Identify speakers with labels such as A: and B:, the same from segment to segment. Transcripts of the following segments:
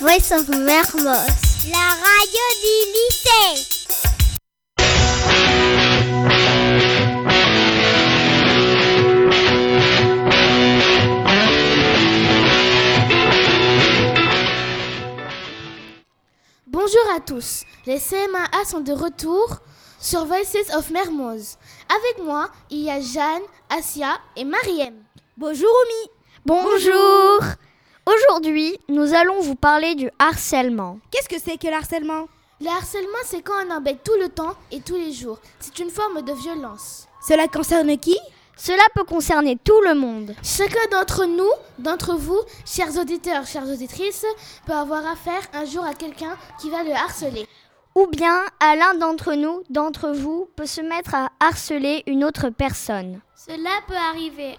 A: Voice of Mermos. La radio du lycée.
B: Bonjour à tous. Les CM1A sont de retour sur Voices of Mermoz. Avec moi, il y a Jeanne, Asia et Mariem. Bonjour Oumi.
C: Bonjour Aujourd'hui, nous allons vous parler du harcèlement.
D: Qu'est-ce que c'est que le harcèlement
B: Le harcèlement, c'est quand on embête tout le temps et tous les jours. C'est une forme de violence.
D: Cela concerne qui
C: Cela peut concerner tout le monde.
B: Chacun d'entre nous, d'entre vous, chers auditeurs, chères auditrices, peut avoir affaire un jour à quelqu'un qui va le harceler.
C: Ou bien, à l'un d'entre nous, d'entre vous, peut se mettre à harceler une autre personne.
E: Cela peut arriver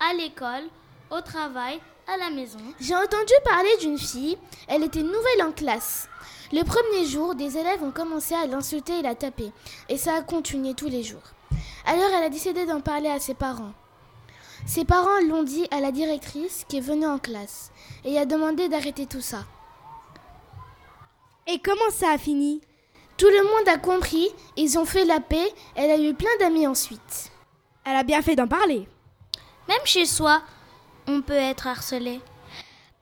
E: à l'école, au travail, à la maison.
B: J'ai entendu parler d'une fille, elle était nouvelle en classe. Le premier jour, des élèves ont commencé à l'insulter et la taper, et ça a continué tous les jours. Alors elle a décidé d'en parler à ses parents. Ses parents l'ont dit à la directrice qui est venue en classe, et a demandé d'arrêter tout ça.
D: Et comment ça a fini
B: Tout le monde a compris, ils ont fait la paix, elle a eu plein d'amis ensuite.
D: Elle a bien fait d'en parler.
E: Même chez soi, on peut être harcelé.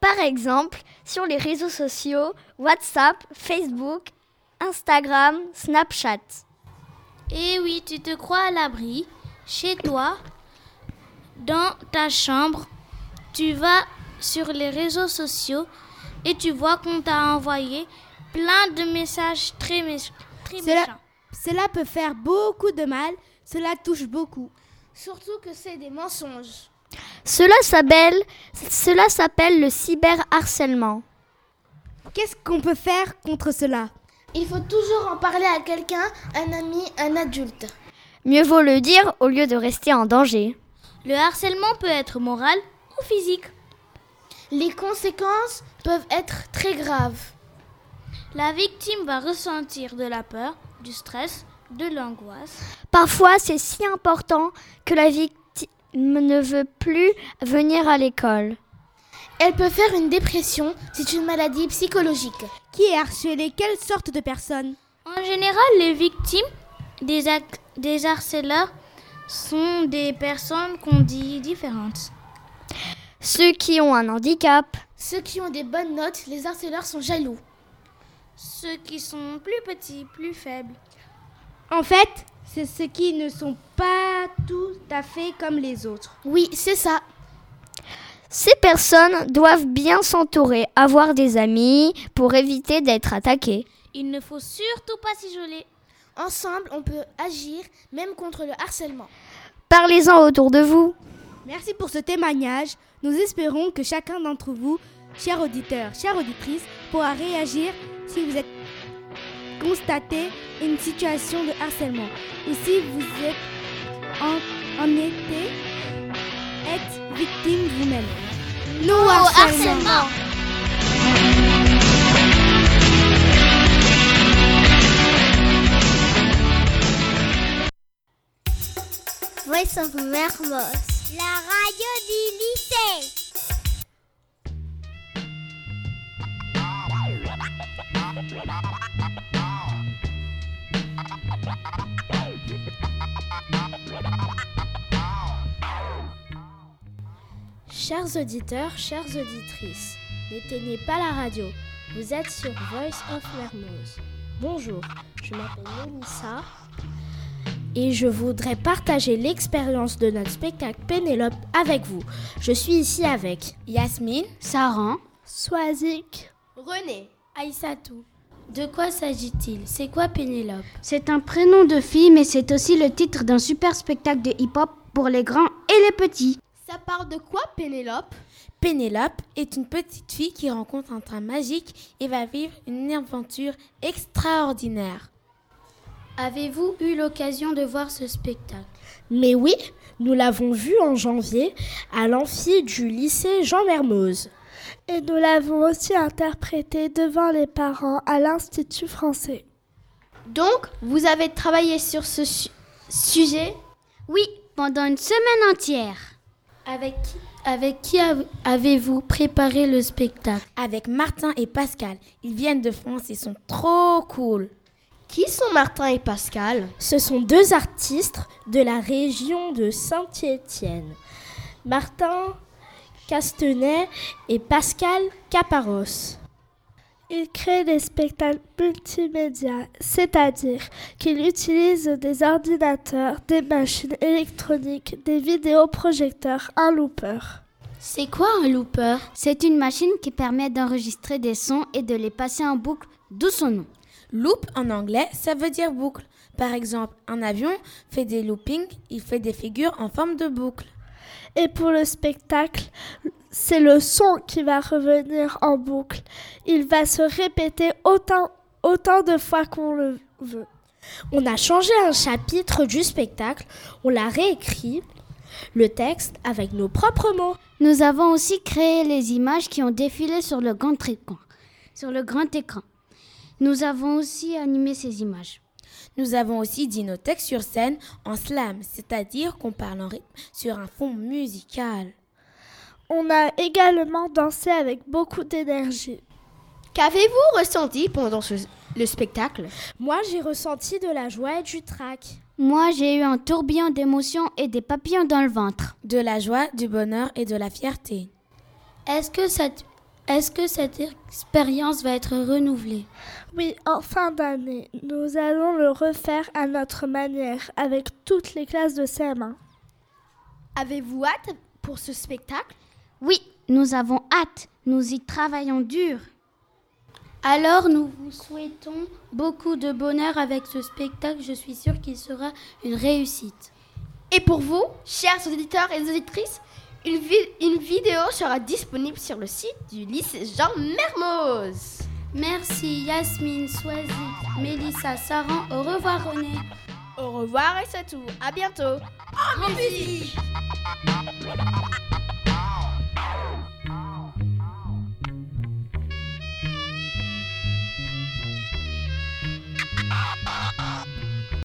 C: Par exemple, sur les réseaux sociaux, WhatsApp, Facebook, Instagram, Snapchat.
E: Et Eh oui, tu te crois à l'abri, chez toi, dans ta chambre, tu vas sur les réseaux sociaux et tu vois qu'on t'a envoyé plein de messages très, méch- très méchants.
D: Cela, cela peut faire beaucoup de mal, cela touche beaucoup.
B: Surtout que c'est des mensonges.
C: Cela s'appelle, cela s'appelle le cyberharcèlement.
D: Qu'est-ce qu'on peut faire contre cela
B: Il faut toujours en parler à quelqu'un, un ami, un adulte.
C: Mieux vaut le dire au lieu de rester en danger.
E: Le harcèlement peut être moral ou physique.
B: Les conséquences peuvent être très graves.
E: La victime va ressentir de la peur, du stress, de l'angoisse.
C: Parfois, c'est si important que la victime ne veut plus venir à l'école.
B: Elle peut faire une dépression, c'est une maladie psychologique.
D: Qui est harcelé Quelle sorte de personne
E: En général, les victimes des, ac- des harceleurs sont des personnes qu'on dit différentes.
C: Ceux qui ont un handicap,
B: Ceux qui ont des bonnes notes, les harceleurs sont jaloux.
E: Ceux qui sont plus petits, plus faibles.
D: En fait, c'est ceux qui ne sont pas tout à fait comme les autres.
B: Oui, c'est ça.
C: ces personnes doivent bien s'entourer, avoir des amis pour éviter d'être attaquées.
E: Il ne faut surtout pas s'isoler.
B: Ensemble, on peut agir même contre le harcèlement.
C: Parlez-en autour de vous.
D: Merci pour ce témoignage. Nous espérons que chacun d'entre vous, chers auditeurs, chères auditrices, pourra réagir si vous êtes constaté une situation de harcèlement ou si vous êtes en, en été, êtes victime vous-même. Nous
F: Oh,
A: Voice of Mermos. La radio du lycée.
B: Chers auditeurs, chères auditrices, n'éteignez pas la radio. Vous êtes sur Voice of Mermoz. Bonjour, je m'appelle Melissa et je voudrais partager l'expérience de notre spectacle Pénélope avec vous. Je suis ici avec Yasmine,
E: Saran.
B: Swazik.
E: René. Aïssatou. De quoi s'agit-il C'est quoi Pénélope
F: C'est un prénom de fille, mais c'est aussi le titre d'un super spectacle de hip-hop pour les grands et les petits.
B: Ça parle de quoi, Pénélope
G: Pénélope est une petite fille qui rencontre un train magique et va vivre une aventure extraordinaire.
F: Avez-vous eu l'occasion de voir ce spectacle
B: Mais oui, nous l'avons vu en janvier à l'amphi du lycée Jean Mermoz.
H: Et nous l'avons aussi interprété devant les parents à l'Institut français.
B: Donc, vous avez travaillé sur ce sujet
F: Oui, pendant une semaine entière.
E: Avec qui
I: Avec qui av- avez-vous préparé le spectacle
D: Avec Martin et Pascal, ils viennent de France et sont trop cool.
B: Qui sont Martin et Pascal Ce sont deux artistes de la région de Saint-Étienne. Martin Castenet et Pascal Caparros.
H: Il crée des spectacles multimédia, c'est-à-dire qu'il utilise des ordinateurs, des machines électroniques, des vidéoprojecteurs, un looper.
I: C'est quoi un looper
C: C'est une machine qui permet d'enregistrer des sons et de les passer en boucle, d'où son nom.
D: Loop en anglais, ça veut dire boucle. Par exemple, un avion fait des loopings, il fait des figures en forme de boucle.
H: Et pour le spectacle, c'est le son qui va revenir en boucle. Il va se répéter autant, autant de fois qu'on le veut.
B: On a changé un chapitre du spectacle, on l'a réécrit, le texte avec nos propres mots.
C: Nous avons aussi créé les images qui ont défilé sur le grand écran. Sur le grand écran. Nous avons aussi animé ces images.
D: Nous avons aussi dit nos textes sur scène en slam, c'est-à-dire qu'on parle en rythme sur un fond musical.
H: On a également dansé avec beaucoup d'énergie.
J: Qu'avez-vous ressenti pendant ce- le spectacle
B: Moi j'ai ressenti de la joie et du trac.
C: Moi, j'ai eu un tourbillon d'émotions et des papillons dans le ventre.
D: De la joie, du bonheur et de la fierté.
I: Est-ce que cette est-ce que cette expérience va être renouvelée
H: Oui, en fin d'année, nous allons le refaire à notre manière, avec toutes les classes de CM1.
J: Avez-vous hâte pour ce spectacle
C: Oui, nous avons hâte. Nous y travaillons dur.
I: Alors nous vous souhaitons beaucoup de bonheur avec ce spectacle, je suis sûre qu'il sera une réussite.
J: Et pour vous, chers auditeurs et auditrices, une, vi- une vidéo sera disponible sur le site du lycée Jean Mermoz.
I: Merci Yasmine, Soazic, Mélissa, Saran, au revoir René.
J: Au revoir et c'est tout. À bientôt. En musique.